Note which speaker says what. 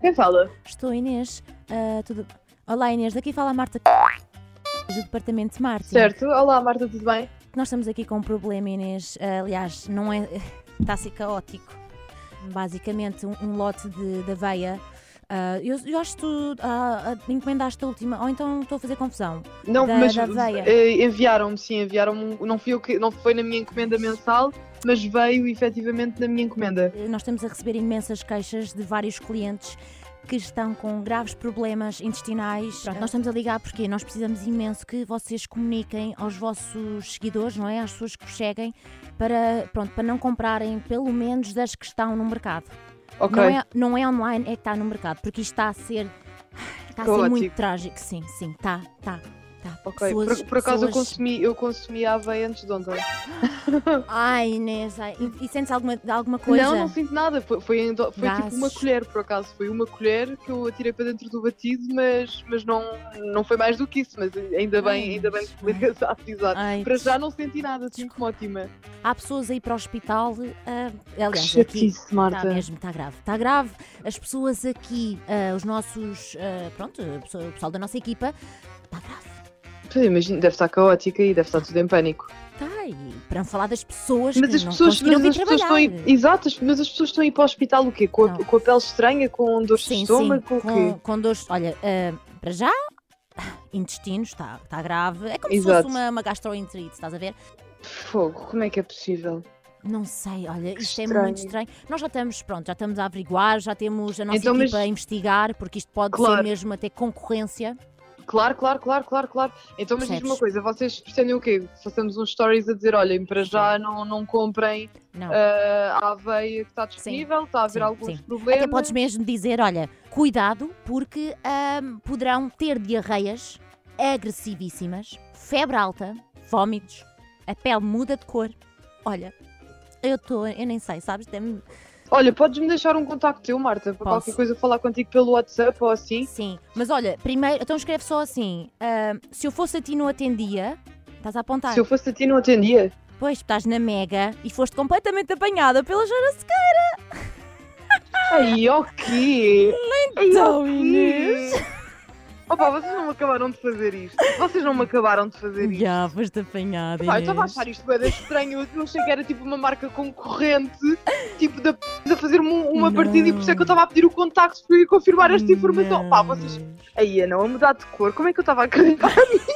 Speaker 1: Quem fala?
Speaker 2: Estou Inês. ah, tudo... Olá Inês, daqui fala a Marta do Departamento de Marketing.
Speaker 1: Certo. Olá, Marta, tudo bem?
Speaker 2: Nós estamos aqui com um problema, Inês. Ah, aliás, não é. Está a ser caótico. Basicamente, um, um lote de, de aveia. Ah, eu, eu acho que tu ah, ah, encomendaste a última, ou então estou a fazer confusão.
Speaker 1: Não,
Speaker 2: Da-
Speaker 1: mas
Speaker 2: da aveia.
Speaker 1: eh, enviaram-me, sim, enviaram-me. um- Não, fui eu que- não foi na minha encomenda mensal, mas veio efetivamente na minha encomenda.
Speaker 2: Nós estamos a receber imensas queixas de vários clientes que estão com graves problemas intestinais. Pronto, nós estamos a ligar porque nós precisamos imenso que vocês comuniquem aos vossos seguidores, não é? Às pessoas que vos seguem, para, pronto, para não comprarem pelo menos das que estão no mercado.
Speaker 1: Ok.
Speaker 2: Não, é, não é online, é que está no mercado, porque isto está a ser. Está a ser
Speaker 1: Caótico.
Speaker 2: muito trágico, sim, sim, está, está. Tá.
Speaker 1: Ok,
Speaker 2: Pessoas-
Speaker 1: por, por acaso eu
Speaker 2: pessoas-
Speaker 1: consumi, eu consumi a aveia antes de ontem.
Speaker 2: Ai, Inês, ai. E, e sentes alguma, alguma coisa?
Speaker 1: Não, não sinto nada. Foi, foi, em do- foi tipo uma
Speaker 2: é. Gases.
Speaker 1: colher, por acaso. Foi uma colher que eu atirei para dentro do batido, mas, mas não, não foi mais do que isso. Mas ainda bem,
Speaker 2: Ai,
Speaker 1: ainda bem
Speaker 2: mas-
Speaker 1: que me ligas a avisar.
Speaker 2: Ai,
Speaker 1: Para já não senti nada, sinto-me ótima.
Speaker 2: Há pessoas a ir para o hospital. ah,
Speaker 1: Que
Speaker 2: aliás, aqui
Speaker 1: chatice,
Speaker 2: está
Speaker 1: Marta.
Speaker 2: mesmo, está grave. Está grave. As pessoas aqui, ah, os nossos. ah, pronto, o pessoal- o pessoal da nossa equipa, está grave.
Speaker 1: Pois, imagino, deve estar caótica e deve estar tudo em pânico.
Speaker 2: Está. E para não falar das pessoas
Speaker 1: Mas
Speaker 2: que
Speaker 1: as
Speaker 2: não
Speaker 1: pessoas,
Speaker 2: conseguiram
Speaker 1: mas
Speaker 2: vir
Speaker 1: as pessoas estão a
Speaker 2: trabalhar.
Speaker 1: ir, exato, as- mas as pessoas estão a ir para o hospital o quê? Com a,
Speaker 2: Não.
Speaker 1: com a pele estranha, com dor de
Speaker 2: Sim,
Speaker 1: estômago,
Speaker 2: sim,
Speaker 1: com o quê?
Speaker 2: com, com dores. Olha, ah, para já, intestino está tá grave. É como se
Speaker 1: Exato.
Speaker 2: fosse uma, uma gastroenterite, estás a ver?
Speaker 1: Fogo, como é que é possível?
Speaker 2: Não sei, olha,
Speaker 1: Que
Speaker 2: isto é
Speaker 1: estranho.
Speaker 2: muito estranho. Nós já estamos, pronto, já estamos a averiguar, já temos a nossa
Speaker 1: Então, mas-
Speaker 2: equipa a investigar, porque isto pode ser
Speaker 1: Claro.
Speaker 2: mesmo até concorrência.
Speaker 1: Claro, claro, claro, claro, claro. Então, mas diz-me
Speaker 2: Percebes?
Speaker 1: uma coisa, vocês pretendem o quê? Façamos uns stories a dizer, olhem, para já não, não comprem
Speaker 2: Não.
Speaker 1: ah, a aveia que está disponível, está a haver
Speaker 2: sim,
Speaker 1: alguns
Speaker 2: sim.
Speaker 1: problemas.
Speaker 2: Até podes mesmo dizer, olha, cuidado porque ahm, poderão ter diarreias agressivíssimas, febre alta, vómitos, a pele muda de cor. Olha, eu estou, eu nem sei, sabes? Tem-
Speaker 1: Olha, podes-me deixar um contacto teu, Marta, para
Speaker 2: Posso.
Speaker 1: qualquer coisa falar contigo pelo WhatsApp ou assim?
Speaker 2: Sim, mas olha, primeiro, então escreve só assim, ahm, se eu fosse a ti não atendia, estás a apontar.
Speaker 1: Se eu fosse a ti, não atendia.
Speaker 2: Pois, estás na mega e foste completamente apanhada pela geração.
Speaker 1: Ai, ok!
Speaker 2: Então,
Speaker 1: ok.
Speaker 2: Inês.
Speaker 1: Opa, vocês não me acabaram de fazer isto. Vocês não me acabaram de fazer isto.
Speaker 2: Já, foste apanhada.
Speaker 1: Pá, eu estava a achar isto bem estranho. Eu não achei que era tipo uma marca concorrente, tipo da p- a fazer-me um- uma
Speaker 2: Não.
Speaker 1: partida e por isso é que eu estava a pedir o contacto para eu ir confirmar esta informação. Pá, vocês.
Speaker 2: Não.
Speaker 1: Aí, não, a mudar de cor, como é que eu estava a acreditar nisto?